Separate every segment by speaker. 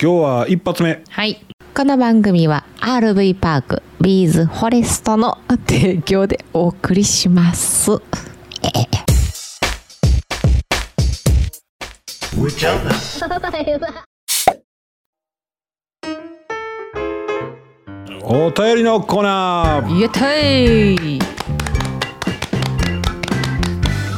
Speaker 1: 今日は一発目
Speaker 2: はい。この番組は RV パークビーズフォレストの提供でお送りします。
Speaker 1: お便りのコーナー
Speaker 2: やったい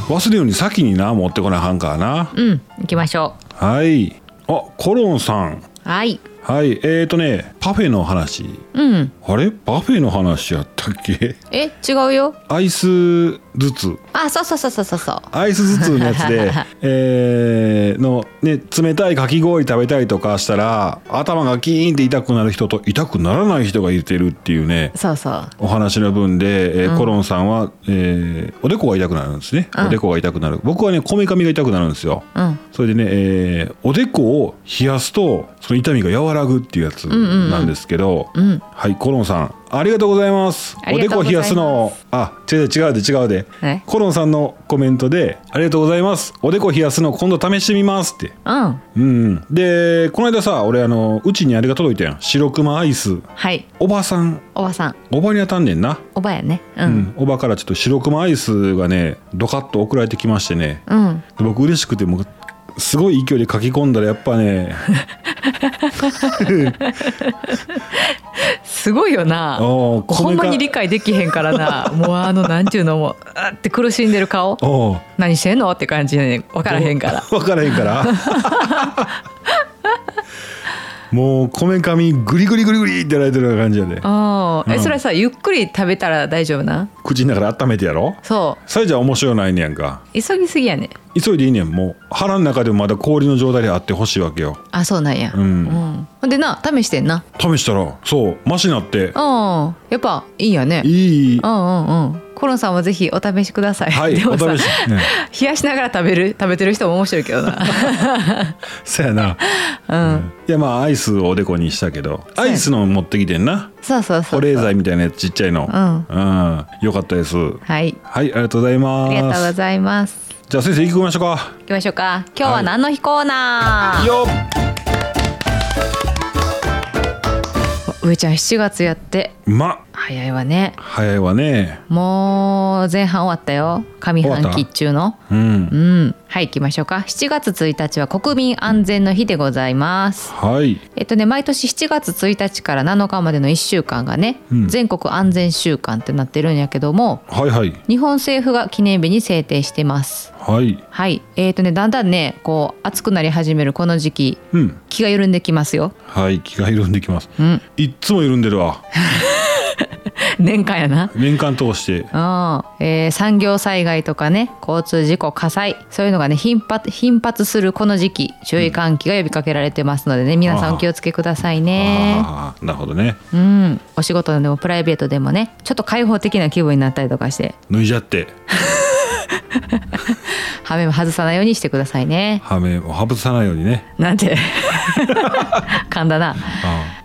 Speaker 1: 忘れように先にな持ってこなあかんからな
Speaker 2: うん、行きましょ
Speaker 1: はいあコロンさん
Speaker 2: う。はい。
Speaker 1: はいえーとねパフェの話
Speaker 2: うん。
Speaker 1: あれパフェの話やったっけ
Speaker 2: え、違うよ。
Speaker 1: アイス頭痛
Speaker 2: あ、そうそうそうそうそうそう。
Speaker 1: アイス頭痛のやつで、えーのね、冷たいかき氷食べたりとかしたら頭がキーンって痛くなる人と痛くならない人がいてるっていうね
Speaker 2: そうそう。
Speaker 1: お話の分で、えーコロンさんは、えーおでこが痛くなるんですね、
Speaker 2: うん
Speaker 1: おでこが痛くなる僕はねこめかみが痛くなるんですよ
Speaker 2: うん。
Speaker 1: それでね、えーおでこを冷やすとその痛みが和らぐっていうやつなんですけど、
Speaker 2: うん。
Speaker 1: はいコロンさんありがとうございます
Speaker 2: あ
Speaker 1: お
Speaker 2: り
Speaker 1: で
Speaker 2: がと
Speaker 1: こ
Speaker 2: うござ
Speaker 1: 冷
Speaker 2: い
Speaker 1: や
Speaker 2: ます
Speaker 1: すのあ違う違うで違うで
Speaker 2: え
Speaker 1: コロンさんのコメントで「ありがとうございますおでこ冷やすの今度試してみます」って
Speaker 2: うん。
Speaker 1: うんでこの間さ俺あのうちにあれが届いたやん白熊アイス
Speaker 2: はい。
Speaker 1: おばさん
Speaker 2: おばさん。
Speaker 1: おばに当たんねんな
Speaker 2: おばやね。う。
Speaker 1: うんん、おばからちょっと白熊アイスがねドカッと送られてきましてね
Speaker 2: うん。
Speaker 1: で僕嬉しくてもうすごい勢いで書き込んだらやっぱね
Speaker 2: すごいよな。
Speaker 1: おー
Speaker 2: ほんまに理解できへんから な。もうあの、なんちゅうのも、あーって苦しんでる顔。
Speaker 1: おう
Speaker 2: 何してんのって感じで、ね、わからへ んから。
Speaker 1: 分からへんから もうこめかみグリグリグリグリってやられてるような感じやで
Speaker 2: ああ、
Speaker 1: う
Speaker 2: え、
Speaker 1: ん
Speaker 2: それはさ、ゆっくり食べたら大丈夫な。
Speaker 1: 口の中で温めてやろ
Speaker 2: そ
Speaker 1: それじゃ面白ないねやんか
Speaker 2: う、急ぎすぎやね。
Speaker 1: 急いでいいねんもう腹の中でもまだ氷の状態であってほしいわけよ
Speaker 2: あ、そうなんや。
Speaker 1: うん
Speaker 2: んほんでな、試してんな。
Speaker 1: 試したらそうマシなって
Speaker 2: うん、やっぱいいやね。
Speaker 1: いい
Speaker 2: うんうんうん。コロンさんもぜひお試しください。
Speaker 1: はい
Speaker 2: でもさ
Speaker 1: お試しね
Speaker 2: 冷やしながら食べる、食べてる人も面白いけどな。
Speaker 1: そやな
Speaker 2: うん。
Speaker 1: いやまあアイスをおでこにしたけどア
Speaker 2: そうやね
Speaker 1: イスの持ってきてんな
Speaker 2: そうそうそ
Speaker 1: 保
Speaker 2: う。
Speaker 1: 冷剤みたいなやつちっちゃいの
Speaker 2: うん
Speaker 1: よかったですは
Speaker 2: はい。
Speaker 1: いありがとうござい
Speaker 2: あ
Speaker 1: ま
Speaker 2: りがとうご
Speaker 1: す
Speaker 2: ざいます。
Speaker 1: じゃあ先生行きましょうか
Speaker 2: 行きましょうか。今日
Speaker 1: は
Speaker 2: はい何の日コーナー。
Speaker 1: いいよ
Speaker 2: 上ちゃん7月やって
Speaker 1: ま
Speaker 2: 早いわね。
Speaker 1: 早いわね
Speaker 2: もう前半終わったよ。上半期中の。
Speaker 1: うん
Speaker 2: うん、はい行きましょうか7月1日は国民安全の日でございます
Speaker 1: はい
Speaker 2: えっとね毎年7月1日から7日までの1週間がね、
Speaker 1: うん
Speaker 2: 全国安全週間ってなってるんやけども
Speaker 1: はいはい
Speaker 2: 日本政府が記念日に制定してます
Speaker 1: はい
Speaker 2: はいえっとねだんだんねこう暑くなり始めるこの時期
Speaker 1: うん
Speaker 2: 気が緩んできますよ
Speaker 1: はい気が緩んできます
Speaker 2: うん
Speaker 1: いっつも緩んでる わ
Speaker 2: 年間やな
Speaker 1: 年間通して
Speaker 2: うんえー産業災害とかね交通事故火災そういうのがね頻発頻発するこの時期注意喚起が呼びかけられてますのでね皆さ
Speaker 1: あ
Speaker 2: ん
Speaker 1: ー
Speaker 2: お気をつけくださいね。
Speaker 1: ああなるほどね
Speaker 2: うん、お仕事でもプライベートでもねちょっと開放的な気分になったりとかして
Speaker 1: 脱いじゃって
Speaker 2: 羽目も外さないようにしてくださいね。
Speaker 1: はめをはぶさないようにね
Speaker 2: なんて 噛んだな。
Speaker 1: あ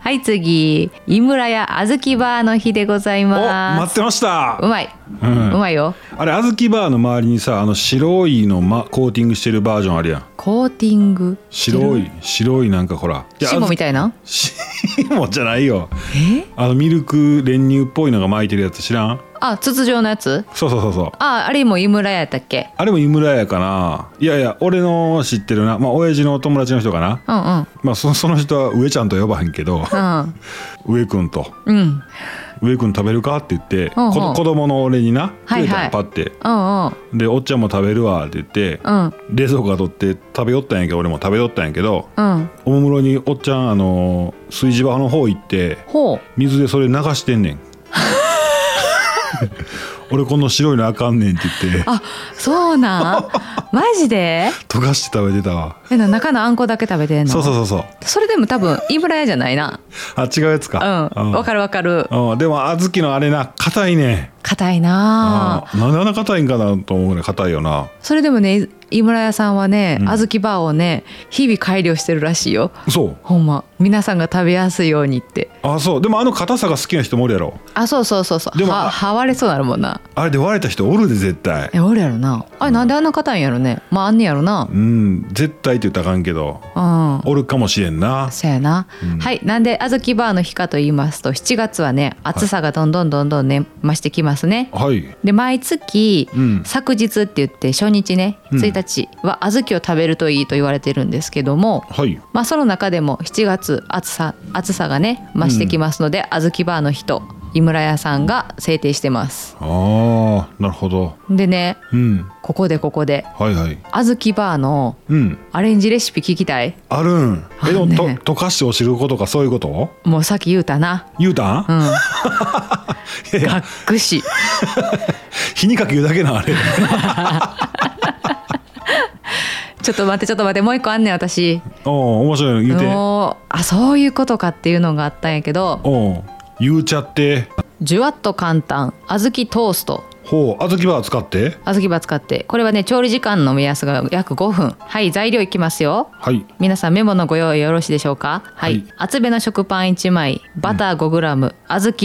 Speaker 2: はい次井村屋あずきバーの日でござい
Speaker 1: あお
Speaker 2: ま
Speaker 1: 待っ
Speaker 2: す。
Speaker 1: てました
Speaker 2: うまい、
Speaker 1: うん
Speaker 2: うまいよ。
Speaker 1: あれ小豆バーの周りにさあの白いの、ま、コーティングしてるバージョンあるやん
Speaker 2: コーティング
Speaker 1: 白い白いなんかほら
Speaker 2: シモみたいな。
Speaker 1: シモじゃないよ
Speaker 2: え？
Speaker 1: あのミルク練乳っぽいのが巻いてるやつ知らん
Speaker 2: あ筒状のやつ？
Speaker 1: そうそうそうそう
Speaker 2: ああれも井村屋やったっけ
Speaker 1: あれも井村屋かないやいや俺の知ってるなまあ親父の友達の人かな
Speaker 2: うんうん
Speaker 1: まあそその人は上ちゃんと呼ばへんけど
Speaker 2: うん
Speaker 1: 上くんと
Speaker 2: うんうん
Speaker 1: 上くん食べるかって言って
Speaker 2: うんうん
Speaker 1: こ子供の俺にな
Speaker 2: は
Speaker 1: く
Speaker 2: いはい
Speaker 1: れたんパッて
Speaker 2: うん
Speaker 1: でおっちゃんも食べるわって言って
Speaker 2: うん
Speaker 1: 冷蔵庫が取って食べよったんやけど俺も食べよったんやけど
Speaker 2: うん
Speaker 1: おもむろにおっちゃんあのー炊事場の方行って
Speaker 2: ほう
Speaker 1: 水でそれ流してんねん 俺この白いのあかんねんって言って
Speaker 2: あそうなん マジで
Speaker 1: 溶かして食べてたわ
Speaker 2: えな中のあんこだけ食べてんの
Speaker 1: そうそうそうそう
Speaker 2: それでも多分井村屋じゃないな
Speaker 1: あ違うやつ
Speaker 2: うん
Speaker 1: か
Speaker 2: わか
Speaker 1: る
Speaker 2: るわかる
Speaker 1: でも小豆のあれな硬いね
Speaker 2: 硬いなあ
Speaker 1: あなんであんな硬いんかなと思うぐらい硬いよな
Speaker 2: それでもね井村屋さんはね
Speaker 1: うん
Speaker 2: あずきバーをね日々改良してるらしいよ
Speaker 1: そう
Speaker 2: ほんま皆さんが食べやすいようにって
Speaker 1: あそうでもあの硬さが好きな人もおるやろ
Speaker 2: あそうそうそうそう
Speaker 1: でも
Speaker 2: は
Speaker 1: あ
Speaker 2: はわれそうなるもんな
Speaker 1: あれで割れた人おるで絶対
Speaker 2: えおるやろなあれなんであんな硬いんやろねまああんねやろな
Speaker 1: うん絶対って言ったらあかんけど
Speaker 2: うん
Speaker 1: おるかもしれんな
Speaker 2: そうやな、はいなんであずきバーの日かと言いますと7月はね暑さがどんどんどんどんね増してきますね、
Speaker 1: はい
Speaker 2: で毎月、
Speaker 1: うん
Speaker 2: 昨日って言って初日ね
Speaker 1: うん
Speaker 2: 1日は小豆を食べるといいと言われてるんですけども、
Speaker 1: はい
Speaker 2: まあ、その中でも7月暑さ暑さがね増してきますので、小豆バーの日と井村屋さんが制定してます
Speaker 1: ああなるほど
Speaker 2: でね
Speaker 1: うん
Speaker 2: ここでここで
Speaker 1: はいはい
Speaker 2: 小豆バーの
Speaker 1: うん
Speaker 2: アレンジレシピ聞きたい
Speaker 1: あるんえでも、
Speaker 2: あ
Speaker 1: と
Speaker 2: ね
Speaker 1: 溶かしてお汁粉とかそういうこと
Speaker 2: もうさっき言うたな
Speaker 1: 言うたん、
Speaker 2: うん
Speaker 1: いや
Speaker 2: がっくし
Speaker 1: 火にかけ言うだけなあれ
Speaker 2: ちょっと待ってちょっと待ってもう一個あんねん私
Speaker 1: おお面白いの言うて
Speaker 2: もうあそういうことかっていうのがあったんやけど
Speaker 1: おう言うちゃって
Speaker 2: じゅわっと簡単小豆トースト
Speaker 1: ほう小豆バー使って
Speaker 2: 小豆葉使ってこれはね調理時間の目安が約5分はい材料いきますよ
Speaker 1: はい
Speaker 2: 皆さんメモのご用意よろしいでしょうかはい、
Speaker 1: はい
Speaker 2: 厚めの食パン1枚バター 5g、小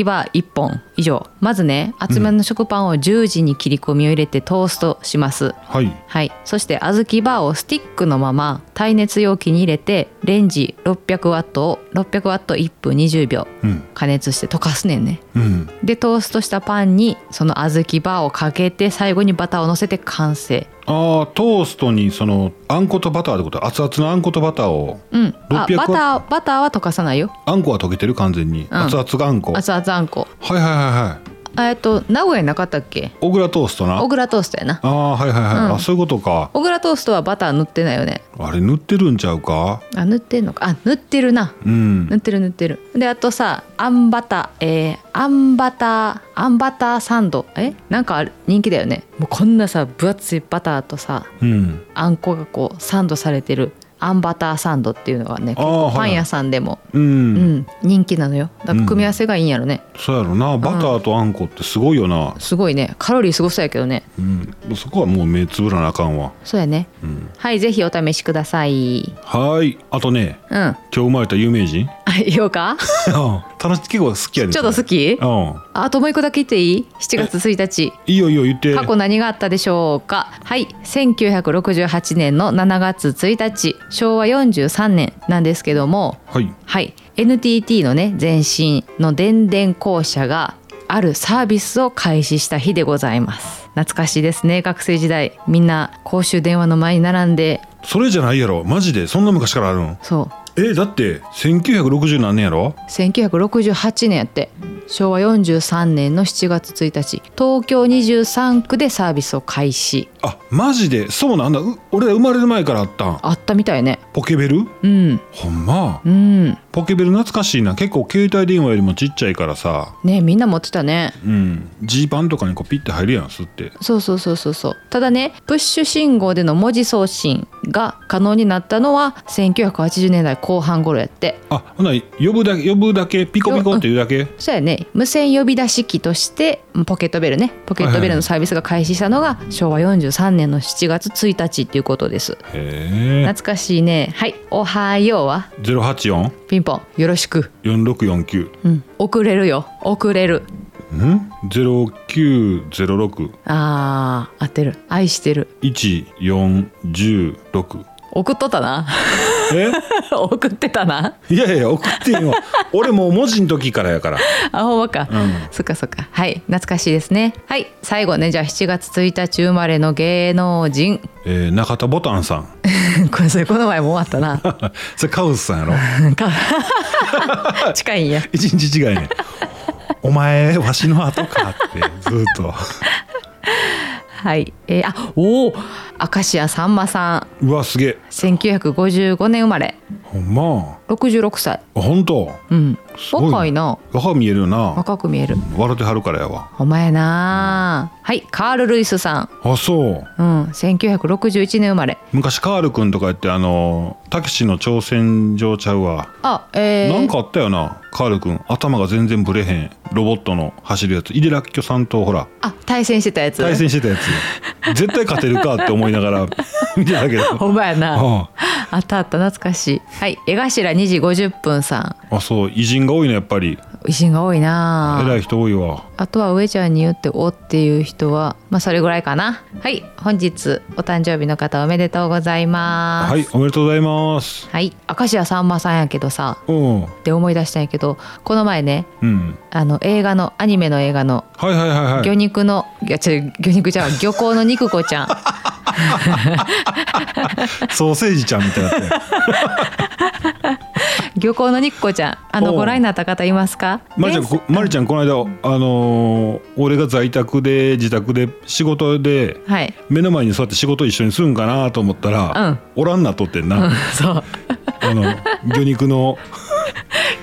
Speaker 2: 豆は1本以上まずね厚めの食パンを10時に切り込みを入れてトーストします、
Speaker 1: はい
Speaker 2: はい、そして小豆バーをスティックのまま耐熱容器に入れてレンジ600ワットを600ワット1分20秒
Speaker 1: うん
Speaker 2: 加熱して溶かすねんね
Speaker 1: うん
Speaker 2: でトーストしたパンにその小豆バーをかけて最後にバターをのせて完成
Speaker 1: ああトーストにそのあんことバターってこと熱々のあんことバターを
Speaker 2: うんあバタ
Speaker 1: 600
Speaker 2: ーバターは溶かさないよ
Speaker 1: あんこは溶けてる完全に、
Speaker 2: ん
Speaker 1: 熱々があんこはい
Speaker 2: 熱々あんこ
Speaker 1: はいはいはい
Speaker 2: あえっと名古屋になかったっけ
Speaker 1: 小倉トーストな
Speaker 2: 小倉トーストやな
Speaker 1: ああはいはいはい、
Speaker 2: うん
Speaker 1: あそういうことか
Speaker 2: 小倉トーストはバター塗ってないよね
Speaker 1: あれ塗ってるんちゃうか
Speaker 2: あ塗ってんのかあ塗ってるな
Speaker 1: うん
Speaker 2: 塗ってる塗ってるであとさあんバターえー、あんバターあんバターサンドえなんかある人気だよねもうこんなさ分厚いバターとさ
Speaker 1: うん
Speaker 2: あんこがこうサンドされてるあんバターサンドっていうのがね
Speaker 1: あ
Speaker 2: 結
Speaker 1: ー
Speaker 2: 構パ
Speaker 1: はい
Speaker 2: ン屋さんでも、
Speaker 1: うん、
Speaker 2: うん人気なのよだから組み合わせがいいんやろね、
Speaker 1: そうやろなバターとあんこってすごいよな、
Speaker 2: すごいねカロリーすごそうやけどね
Speaker 1: うんそこはもう目つぶらなあかんわ
Speaker 2: そうやね、
Speaker 1: ん
Speaker 2: はいぜひお試しください
Speaker 1: はーいあとね
Speaker 2: うんあ
Speaker 1: 今日生まれた有名人
Speaker 2: 言おうか
Speaker 1: うん楽しい結構好きやで
Speaker 2: ちょっと好
Speaker 1: き
Speaker 2: き
Speaker 1: うん
Speaker 2: あともう一個だけ言っていい7月1日
Speaker 1: いいよいいよ言って
Speaker 2: 過去何があったでしょうかはい1968年の7月1日昭和43年なんですけども
Speaker 1: はい
Speaker 2: はい NTT のね前身の電電公社があるサービスを開始した日でございます懐かしいですね学生時代みんな公衆電話の前に並んで
Speaker 1: それじゃないやろマジでそんな昔からあるん
Speaker 2: そう
Speaker 1: えだって1960何年やろ
Speaker 2: 1968年やって昭和43年の7月1日東京23区でサービスを開始
Speaker 1: あマジでそうなんだう俺ら生まれる前からあったん
Speaker 2: あったみたいね
Speaker 1: ポケベル
Speaker 2: うん
Speaker 1: ほんま
Speaker 2: うん
Speaker 1: ポケベル懐かしいな結構携帯電話よりもちっちゃいからさ
Speaker 2: ねみんな持ってたね
Speaker 1: うんジーパンとかにこうピッて入るやんすって
Speaker 2: そうそうそうそうそうただねプッシュ信号での文字送信が可能になったのは1980年代後半頃やって
Speaker 1: あほな呼ぶだけ呼ぶだけピコピコっていうだけ
Speaker 2: そうやね無線呼び出し機としてポケットベルねポケットベルのサービスが開始したのが昭和43年の7月1日っていうことです
Speaker 1: へえ
Speaker 2: 懐かしいねはい「おはようは」ピンポンよろしく、
Speaker 1: 0844649
Speaker 2: うん、遅れるよ遅れる
Speaker 1: ん ?0906
Speaker 2: あー合ってる愛してる
Speaker 1: 1416
Speaker 2: 送っとったな
Speaker 1: え
Speaker 2: 送ってたない
Speaker 1: やいや送ってよ俺もう文字の時からやから
Speaker 2: あほんまか、
Speaker 1: うん
Speaker 2: そっかそっかはい懐かしいですねはい最後ねじゃあ7月1日生まれの芸能人
Speaker 1: えー、中田ボタンさん
Speaker 2: これそれこの前も終わったな
Speaker 1: それカウスさんやろ
Speaker 2: 近いんや
Speaker 1: 一日違いねお前わしの後かってずっと
Speaker 2: はいえー、あおお明石家さんまさ
Speaker 1: うわすげえ
Speaker 2: ん1955年生まれ
Speaker 1: ほんま
Speaker 2: 66歳
Speaker 1: あほんと
Speaker 2: うん
Speaker 1: すごい
Speaker 2: 若いな
Speaker 1: 若見えるよな
Speaker 2: 若く見える
Speaker 1: 笑ってはるからやわ
Speaker 2: お前なあ、はいカール・ルイスさん
Speaker 1: あそう
Speaker 2: うん、1961年生まれ
Speaker 1: 昔カールくんとか言ってあのたけしの挑戦状ちゃうわ
Speaker 2: あえー、
Speaker 1: なんかあったよなカールくん頭が全然ブレへんロボットの走るやつイデラッキョさんとほら
Speaker 2: あ対戦してたやつ
Speaker 1: 対戦してたやつ絶対勝てるかって思いながら 見てたけど
Speaker 2: ほんまやな
Speaker 1: ああ
Speaker 2: あったあった懐かしいはい江頭2時50分さ
Speaker 1: あそう偉人が多いのやっぱり
Speaker 2: ん偉人が多いな
Speaker 1: 偉い人多いわ
Speaker 2: あとは上ちゃんに言って「お」っていう人はまあそれぐらいかなはい本日お誕生日の方おめでとうございます
Speaker 1: はいおめでとうございます
Speaker 2: はい明石家さんまさんやけどさ
Speaker 1: うん
Speaker 2: って思い出したんやけどこの前ね
Speaker 1: うん
Speaker 2: あの映画のアニメの映画の
Speaker 1: はいはいはいはい
Speaker 2: 魚肉の、い、や違う魚肉じゃん漁港の肉子 ちゃん
Speaker 1: ソーセージちゃんみたいになってる
Speaker 2: 漁港の肉子ちゃんあの
Speaker 1: おう
Speaker 2: ご覧になった方いますか
Speaker 1: まりちゃんこまりちゃんこの間あのー俺が在宅で自宅で仕事で
Speaker 2: はい
Speaker 1: 目の前にそうやって仕事一緒にするんかなと思ったら、おらんなっとってん な、
Speaker 2: そう
Speaker 1: あの魚肉の、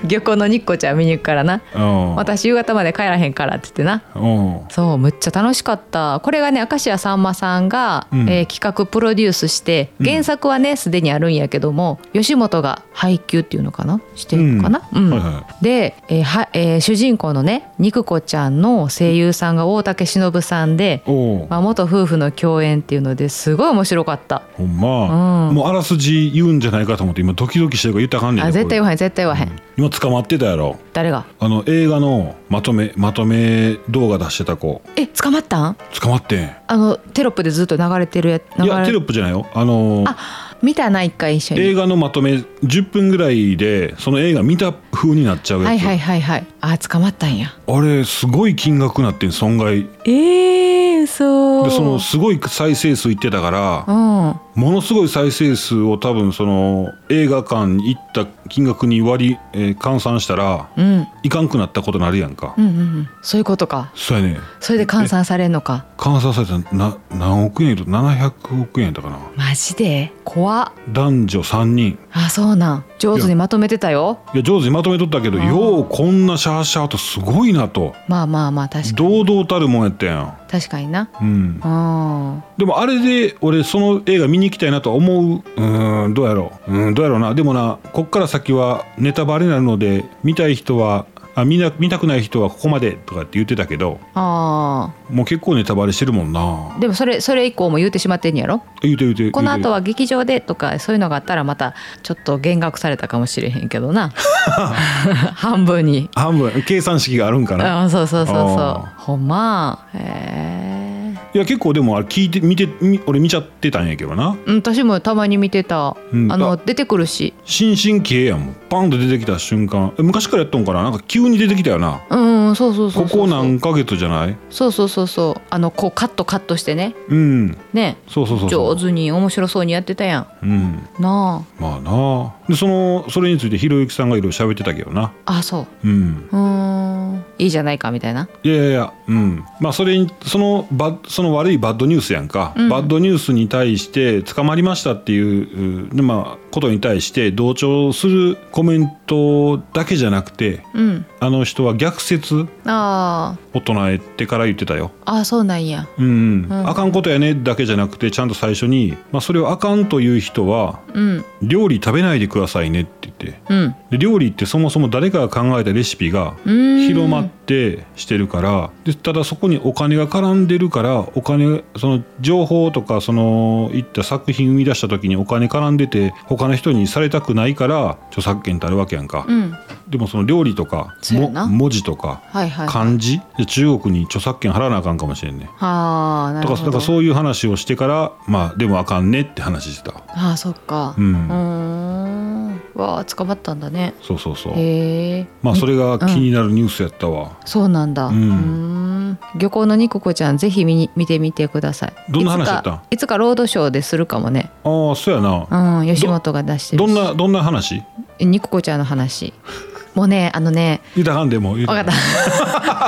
Speaker 2: 漁港の肉子ちゃん見に行くからな
Speaker 1: うん、
Speaker 2: 私夕方まで帰らへんからって言ってな
Speaker 1: うん
Speaker 2: そうむっちゃ楽しかったこれがね明石家さんまさんが、
Speaker 1: うん
Speaker 2: えー企画プロデュースして
Speaker 1: うん
Speaker 2: 原作はねすでにあるんやけども吉本が配給っていうのかなしてるのかな、
Speaker 1: うん
Speaker 2: うん
Speaker 1: はいは
Speaker 2: で、えーはえー主人公のね肉子ちゃんの声優さんが大竹しのぶさんで、
Speaker 1: おう
Speaker 2: まあ、元夫婦の共演っていうのですごい面白かった。
Speaker 1: ほんま、
Speaker 2: うん
Speaker 1: もうあらすじ言うんじゃないかと思って今ドキドキしてるから言ったらあかんねん
Speaker 2: あ
Speaker 1: で
Speaker 2: 絶対言
Speaker 1: こ
Speaker 2: わへん絶対言わへん、
Speaker 1: れ今捕まってたやろ
Speaker 2: 誰が
Speaker 1: あの映画のまとめまとめ動画出してた子
Speaker 2: え捕まったん
Speaker 1: 捕まってん
Speaker 2: あのテロップでずっと流れてるや流
Speaker 1: い
Speaker 2: れ
Speaker 1: やテロップじゃないよあのー
Speaker 2: あ見たな一回一緒
Speaker 1: 映
Speaker 2: に
Speaker 1: 画のまとめ10分ぐらいでその映画見た風になっちゃうやつ、
Speaker 2: はいはいはいはいあ捕まったんや
Speaker 1: あれすごい金額なってん損害
Speaker 2: えー、そう
Speaker 1: でそのすごい再生数いってたから
Speaker 2: うん
Speaker 1: ものすごい再生数を多分その映画館に行った金額に割り、えー換算したら
Speaker 2: うん
Speaker 1: いかんくなったことになるやんか、
Speaker 2: うんうんうんそういうことか
Speaker 1: そうやね
Speaker 2: それで換算されんのか
Speaker 1: 換算されたらな何億円やと700億円やったかな
Speaker 2: マジで怖っ
Speaker 1: 男女3人
Speaker 2: あそうなん上手にまとめてたよ
Speaker 1: いや上手にまとめとったけど
Speaker 2: あー
Speaker 1: ようこんなシャーシャーとすごいなと
Speaker 2: まあまあまあ確か
Speaker 1: 堂
Speaker 2: に
Speaker 1: 々たるもんやったやん
Speaker 2: 確かにな
Speaker 1: うん
Speaker 2: うん
Speaker 1: でもあれで俺その映画見に行きたいなとは思ううーんどうやろううーんどうやろうなでもなこっから先はネタバレになるので見たい人はあ見な見たくない人はここまでとかって言ってたけど
Speaker 2: あ
Speaker 1: もう結構ネタバレしてるもんな
Speaker 2: ーでもそれそれ以降も言うてしまってんやろ
Speaker 1: 言うて言うて言うて
Speaker 2: この後は劇場でとかそういうのがあったらまたちょっと減額されたかもしれへんけ どな半分に
Speaker 1: 半分計算式があるんかな
Speaker 2: うんそうそうそうそ
Speaker 1: あ
Speaker 2: うほんまへえ
Speaker 1: いや結構でもあれ聞いて見てみ俺見ちゃってたんやけどな
Speaker 2: うん私もたまに見てた、
Speaker 1: うん
Speaker 2: あの
Speaker 1: あ
Speaker 2: 出てくるし
Speaker 1: 新進気鋭やもんパンと出てきた瞬間え昔からやっとんかななんか急に出てきたよな
Speaker 2: うんうんそうそうそう
Speaker 1: こ
Speaker 2: そ
Speaker 1: こ
Speaker 2: う
Speaker 1: 何ヶ月じゃない
Speaker 2: そうそうそうそうあのこうカットカットしてね
Speaker 1: うん
Speaker 2: ね
Speaker 1: そうそうそうそう
Speaker 2: 上手に面白そうにやってたや
Speaker 1: うん
Speaker 2: んな
Speaker 1: まあなあでそのそれについてひろゆきさんがいろいろ喋ってたけどな
Speaker 2: ああそう
Speaker 1: うん
Speaker 2: うーんいいじゃないかみたいない
Speaker 1: やいやいやうんまあそれにそのバその悪いバッドニュースやんか、
Speaker 2: うん
Speaker 1: バッドニュースに対して捕まりましたっていううまあ、ことに対して同調するコメントだけじゃなくて
Speaker 2: うん
Speaker 1: あの人は逆説
Speaker 2: あ
Speaker 1: を唱えてから言ってたよ
Speaker 2: あああそうなんや
Speaker 1: うん、うん
Speaker 2: うん
Speaker 1: あかんことやねだけじゃなくてちゃんと最初に、まあ、それをあかんという人は
Speaker 2: うん
Speaker 1: 料理食べないでくださいねって言って
Speaker 2: うん
Speaker 1: で料理ってそもそも誰かが考えたレシピが
Speaker 2: うーん
Speaker 1: 広まってしてるからでただそこにお金が絡んでるからお金その情報とかそのいった作品生み出した時にお金絡んでて他の人にされたくないから著作権ってあるわけやんか、
Speaker 2: うん
Speaker 1: でもその料理とか
Speaker 2: そうやな
Speaker 1: も文字とか
Speaker 2: はいはい
Speaker 1: 漢字で中国に著作権払わなあかんかもしれんね
Speaker 2: ああな
Speaker 1: だ
Speaker 2: る
Speaker 1: か
Speaker 2: ほ
Speaker 1: らだか
Speaker 2: ど
Speaker 1: らそういう話をしてからまあでもあかんねって話してた
Speaker 2: ああそっか
Speaker 1: うん
Speaker 2: うーんわあ捕まったんだね
Speaker 1: そうそうそう
Speaker 2: へえ
Speaker 1: まあそれが気になるニュースやったわ、
Speaker 2: そうなんだ。う
Speaker 1: う
Speaker 2: ー
Speaker 1: ん
Speaker 2: ん。漁港の肉子ちゃんぜひ見に見てみてください。
Speaker 1: どんな話だった
Speaker 2: いつかいつかロードショーでするかもね。
Speaker 1: ああそうやな
Speaker 2: うん、吉本が出してる
Speaker 1: ど
Speaker 2: し。
Speaker 1: んなどんな話
Speaker 2: え肉子ちゃんの話。もうね、あのね、
Speaker 1: 言うたらあかんでもう言う
Speaker 2: わか
Speaker 1: ら
Speaker 2: った。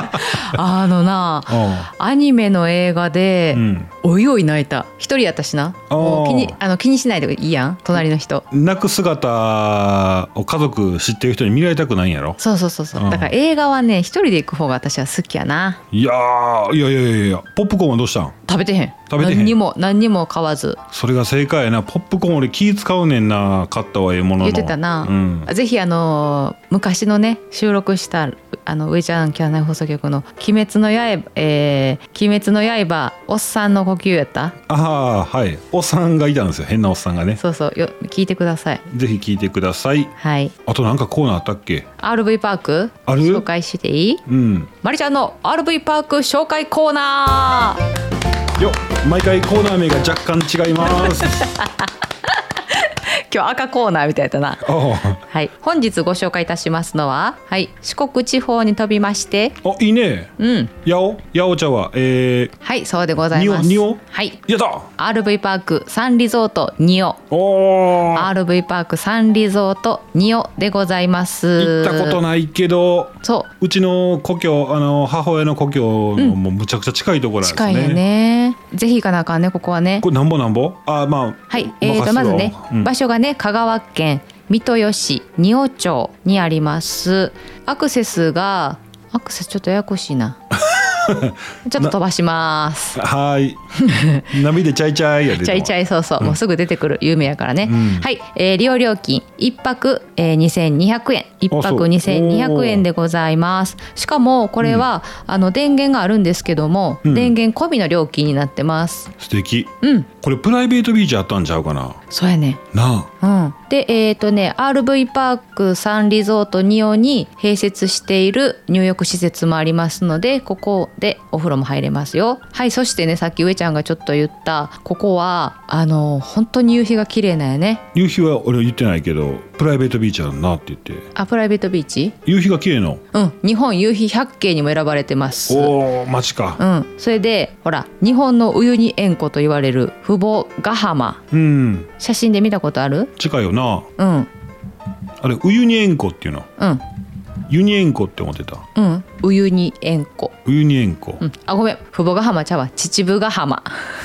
Speaker 2: あのな、
Speaker 1: あ
Speaker 2: アニメの映画
Speaker 1: あ
Speaker 2: で、
Speaker 1: うん
Speaker 2: おいおい泣いた。一人やったしな。
Speaker 1: あー
Speaker 2: もう気にあの気にしないでいいやん。隣の人。
Speaker 1: 泣く姿を家族知ってる人に見られたくないんやろ
Speaker 2: そうそうそうそう。
Speaker 1: うん
Speaker 2: だから映画はね、一人で行く方が私は好きやな。
Speaker 1: いやーいやいやいやいやポップコーンはどうしたん
Speaker 2: 食べてへん。
Speaker 1: 食べてへん
Speaker 2: 何にも何にも買わず。
Speaker 1: それが正解やなポップコーン俺気使うねんな買ったはええものの
Speaker 2: 言ってたな、
Speaker 1: うん、
Speaker 2: ぜひあのー昔のね収録したあの上ちゃんキャンナイ放送局の「鬼滅の刃」えー鬼滅の刃」「おっさんの呼高級やった
Speaker 1: ああはいおっさんがいたんですよ変なおっさんがね
Speaker 2: そうそうよ聞いてください
Speaker 1: ぜひ聞いてください
Speaker 2: はい
Speaker 1: あとなんかコーナーあったっけ
Speaker 2: RV パーク
Speaker 1: ある
Speaker 2: 紹介していい
Speaker 1: うん
Speaker 2: まりちゃんの RV パーク紹介コーナー
Speaker 1: よっ毎回コーナー名が若干違います
Speaker 2: 今日赤コーナーみたいだな
Speaker 1: あ
Speaker 2: はい本日ご紹介いたしますのははい四国地方に飛びまして
Speaker 1: ああいいね
Speaker 2: うん
Speaker 1: やおやお茶はえ
Speaker 2: はいそうでございます
Speaker 1: におにお
Speaker 2: はい
Speaker 1: ー、やった
Speaker 2: RV パークサンリゾートニオ
Speaker 1: おー
Speaker 2: RV パークサンリゾートニオでございま
Speaker 1: 行
Speaker 2: す
Speaker 1: ったことないけど
Speaker 2: そう
Speaker 1: うちの故郷あの母親の故郷のもうむちゃくちゃ近いところなんです
Speaker 2: 近い
Speaker 1: ね,、
Speaker 2: よねぜひ行かなあかんねここはね
Speaker 1: これなんぼなんぼあまあ
Speaker 2: はい、えー、とまずね、場
Speaker 1: 所
Speaker 2: 所がね香川県三豊市仁尾町にありますアクセスがアクセスちょっとややこし いなちょっと飛ばします
Speaker 1: は ーい波でチャイチャイやで
Speaker 2: ちゃいちゃ
Speaker 1: イ
Speaker 2: いそうそう、もうすぐ出てくる有名やからね、
Speaker 1: うん
Speaker 2: はい、えー利用料金一泊、えー、2200円一
Speaker 1: あそう
Speaker 2: 泊2200円でございますしかもこれは、あの電源があるんですけども、
Speaker 1: うん
Speaker 2: 電源込みの料金になってます
Speaker 1: 素敵
Speaker 2: うん
Speaker 1: これプライベートビーチあったんちゃうかな
Speaker 2: そうやね
Speaker 1: なあ
Speaker 2: うん、でえっ、とね RV パークサンリゾートニオに併設している入浴施設もありますのでここでお風呂も入れますよはいそしてねさっき上ちゃんがちょっと言ったここはあの本当に夕日が綺麗なんやね
Speaker 1: 夕日は俺言ってないけどプライベートビーチあるなって言って
Speaker 2: あプライベートビーチ
Speaker 1: 夕日が綺麗の
Speaker 2: うん日本夕日百景にも選ばれてます
Speaker 1: おおマジか
Speaker 2: うん、それでほら日本のウユニ塩湖と言われる父母ヶ浜
Speaker 1: うん
Speaker 2: 写真で見たことある
Speaker 1: 近いよな
Speaker 2: うん
Speaker 1: あれウユニ塩湖っていうの
Speaker 2: うん
Speaker 1: ユニ塩湖って思ってた
Speaker 2: うんウユニ塩湖
Speaker 1: ウユニ塩湖
Speaker 2: うん、あごめん父母ヶ浜ちゃうわ秩父ヶ浜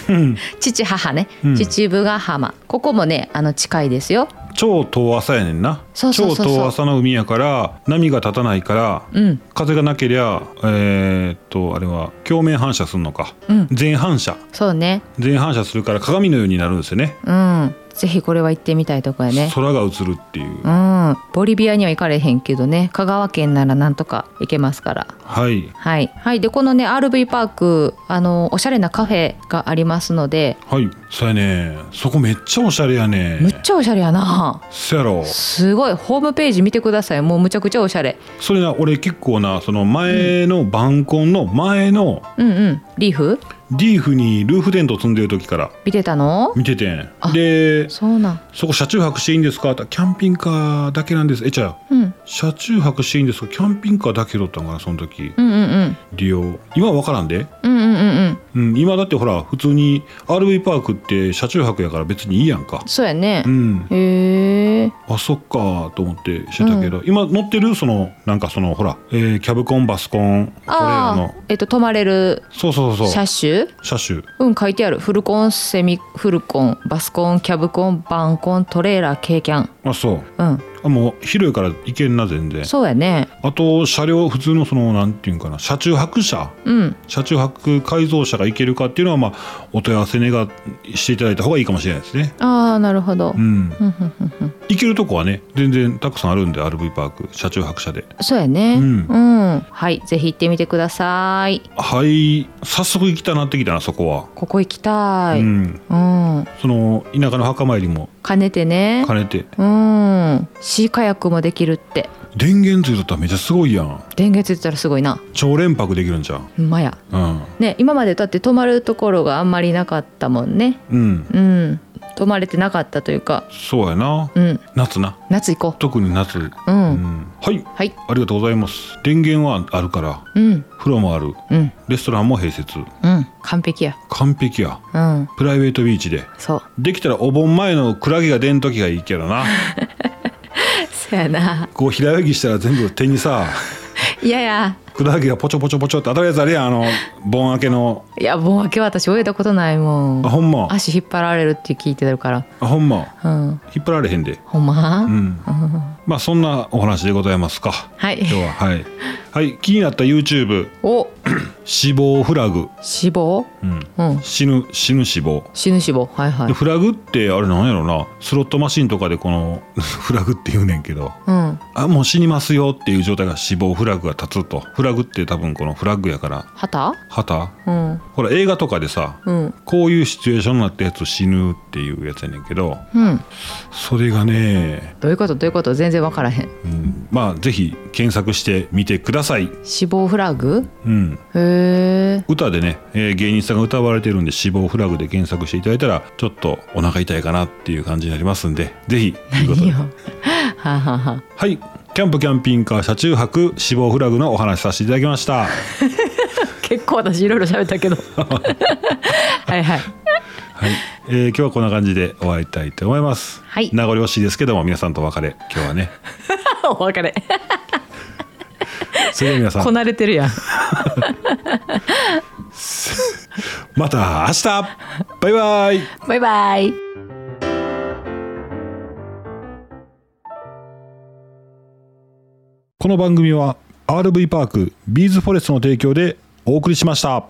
Speaker 1: うん
Speaker 2: 父母ね、
Speaker 1: うん
Speaker 2: 秩父ヶ浜ここもねあの近いですよ
Speaker 1: 超遠浅やねんな
Speaker 2: そうそうそうそう
Speaker 1: 超遠浅の海やから波が立たないから、
Speaker 2: うん
Speaker 1: 風がなけりゃえーっとあれは鏡面反射するのか、
Speaker 2: うん
Speaker 1: 全反射
Speaker 2: そうね
Speaker 1: 全反射するから鏡のようになるんですよね
Speaker 2: うんぜひこれは行ってみたいとこやね
Speaker 1: 空が映るっていう、
Speaker 2: うんボリビアには行かれへんけどね香川県ならなんとか行けますから
Speaker 1: はい
Speaker 2: はい、はい、でこのね RV パークあのおしゃれなカフェがありますので
Speaker 1: はいそうやねそこめっちゃおしゃれやね
Speaker 2: むっちゃおしゃれやな
Speaker 1: そやろ
Speaker 2: すごいホームページ見てくださいもうむちゃくちゃおしゃれ
Speaker 1: それな俺結構なその前の晩婚の前の
Speaker 2: うんうんリーフ
Speaker 1: リーフにルーフテント積んでる時から
Speaker 2: 見てたの
Speaker 1: 見ててん
Speaker 2: あ
Speaker 1: で
Speaker 2: そうなん
Speaker 1: そこ車中泊していいんですかってキャンピングカーだけなんですえちゃう
Speaker 2: うん
Speaker 1: 車中泊していいんですかキャンピングカーだけだったんかなその時
Speaker 2: うんうんうん
Speaker 1: 利用今は分からんで、
Speaker 2: うんうんうんうん
Speaker 1: うん、今だってほら普通に RV パークって車中泊やから別にいいやんか
Speaker 2: そうやね
Speaker 1: うん
Speaker 2: へえ
Speaker 1: あそっかと思ってしてたけど、今乗ってるそのなんかそのほら、えーキャブコンバスコントレーラー
Speaker 2: あ
Speaker 1: の
Speaker 2: あえっと泊まれる
Speaker 1: そうそうそうそう
Speaker 2: 車種
Speaker 1: 車種
Speaker 2: うん書いてあるフルコンセミフルコンバスコンキャブコンバンコントレーラー軽キャン
Speaker 1: あそう
Speaker 2: うん
Speaker 1: あもう広いから行けんな全然
Speaker 2: そうやね
Speaker 1: あと車両普通のそのなんていうんかな車中泊車
Speaker 2: うん
Speaker 1: 車中泊改造車が行けるかっていうのは、まあ、お問い合わせ願していただいた方がいいかもしれないですね。
Speaker 2: ああなるほど
Speaker 1: うん、
Speaker 2: うんうんうんうん
Speaker 1: 行けるとこはね全然たくさんあるんで RV パーク車中泊車で
Speaker 2: そうやね
Speaker 1: う
Speaker 2: うんんはいぜひ行ってみてください
Speaker 1: はい早速行きたなってきたなそこは、
Speaker 2: ここ行きたいううん
Speaker 1: ん、
Speaker 2: 兼
Speaker 1: その田舎の墓参りも
Speaker 2: ねてね
Speaker 1: 兼ねて
Speaker 2: うんシーカヤックもできるって
Speaker 1: 電源ついとったらめっちゃすごいやん
Speaker 2: 電源ついてたらすごいな
Speaker 1: 超連泊できるんじゃん
Speaker 2: ほんまや
Speaker 1: うん
Speaker 2: ね今までだって泊まるところがあんまりなかったもんね
Speaker 1: うん
Speaker 2: うん泊まれてなかったというか
Speaker 1: そうやな
Speaker 2: うん
Speaker 1: 夏な
Speaker 2: 夏行こ
Speaker 1: 特に夏、うん
Speaker 2: ううん、
Speaker 1: はい
Speaker 2: はい
Speaker 1: ありがとうございます電源はあるから
Speaker 2: うん
Speaker 1: 風呂もある
Speaker 2: うん
Speaker 1: レストランも併設
Speaker 2: うん完璧や
Speaker 1: 完璧や
Speaker 2: うん
Speaker 1: プライベートビーチで
Speaker 2: そう
Speaker 1: できたらお盆前のクラゲが出ん時がいいけどな
Speaker 2: そやな
Speaker 1: こう平泳ぎしたら全部手にさ
Speaker 2: いやいや
Speaker 1: クラゲがポチョポチョポチョって当たるやつあれやんあの盆明けの
Speaker 2: いやもう明け私泳いだことないも
Speaker 1: あ
Speaker 2: ん
Speaker 1: ほんまあ
Speaker 2: 足引っ張られるって聞いてるから
Speaker 1: ほんま
Speaker 2: うん
Speaker 1: 引っ張られへんで
Speaker 2: ほんま、
Speaker 1: うん
Speaker 2: うん
Speaker 1: まあそんなお話でございますか
Speaker 2: はい
Speaker 1: 今日ははい、はい、気になった YouTube
Speaker 2: お
Speaker 1: 死亡フラグ、
Speaker 2: 死亡
Speaker 1: うん、
Speaker 2: うん
Speaker 1: 死ぬ死ぬ死亡
Speaker 2: 死ぬ死亡はいは
Speaker 1: で
Speaker 2: い
Speaker 1: フラグってあれなんやろなスロットマシンとかでこの フラグって言うねんけど
Speaker 2: うん
Speaker 1: あもう死にますよっていう状態が死亡フラグが立つとフラグって多分このフラッグやから
Speaker 2: 旗
Speaker 1: 旗
Speaker 2: うん
Speaker 1: ほら映画とかでさ
Speaker 2: うん
Speaker 1: こういうシチュエーションになったやつ死ぬっていうやつやねんけど
Speaker 2: うん
Speaker 1: それがね、
Speaker 2: どういうことどういうこと全然わからへん
Speaker 1: うん、まあぜひ検索してみてください、
Speaker 2: 死亡フラグ
Speaker 1: うん、
Speaker 2: へえ
Speaker 1: 歌でね、えー芸人さんが歌われてるんで死亡フラグで検索していただいたらちょっとお腹痛いかなっていう感じになりますんでぜひということで
Speaker 2: 何よ ははは
Speaker 1: はいキャンプキャンピングカー車中泊死亡フラグのお話しさせていただきました
Speaker 2: 結構私いろいろ喋った けどはいはい
Speaker 1: はい、えー今日はこんな感じで終わりたいと思います、
Speaker 2: はい
Speaker 1: 名残惜しいですけども皆さんとお別れ今日はね
Speaker 2: お別れ
Speaker 1: それでは皆さ
Speaker 2: こ
Speaker 1: ん
Speaker 2: なれてるやん
Speaker 1: また明日バイバイ
Speaker 2: バイバイ
Speaker 1: この番組は RV パークビーズフォレストの提供でお送りしました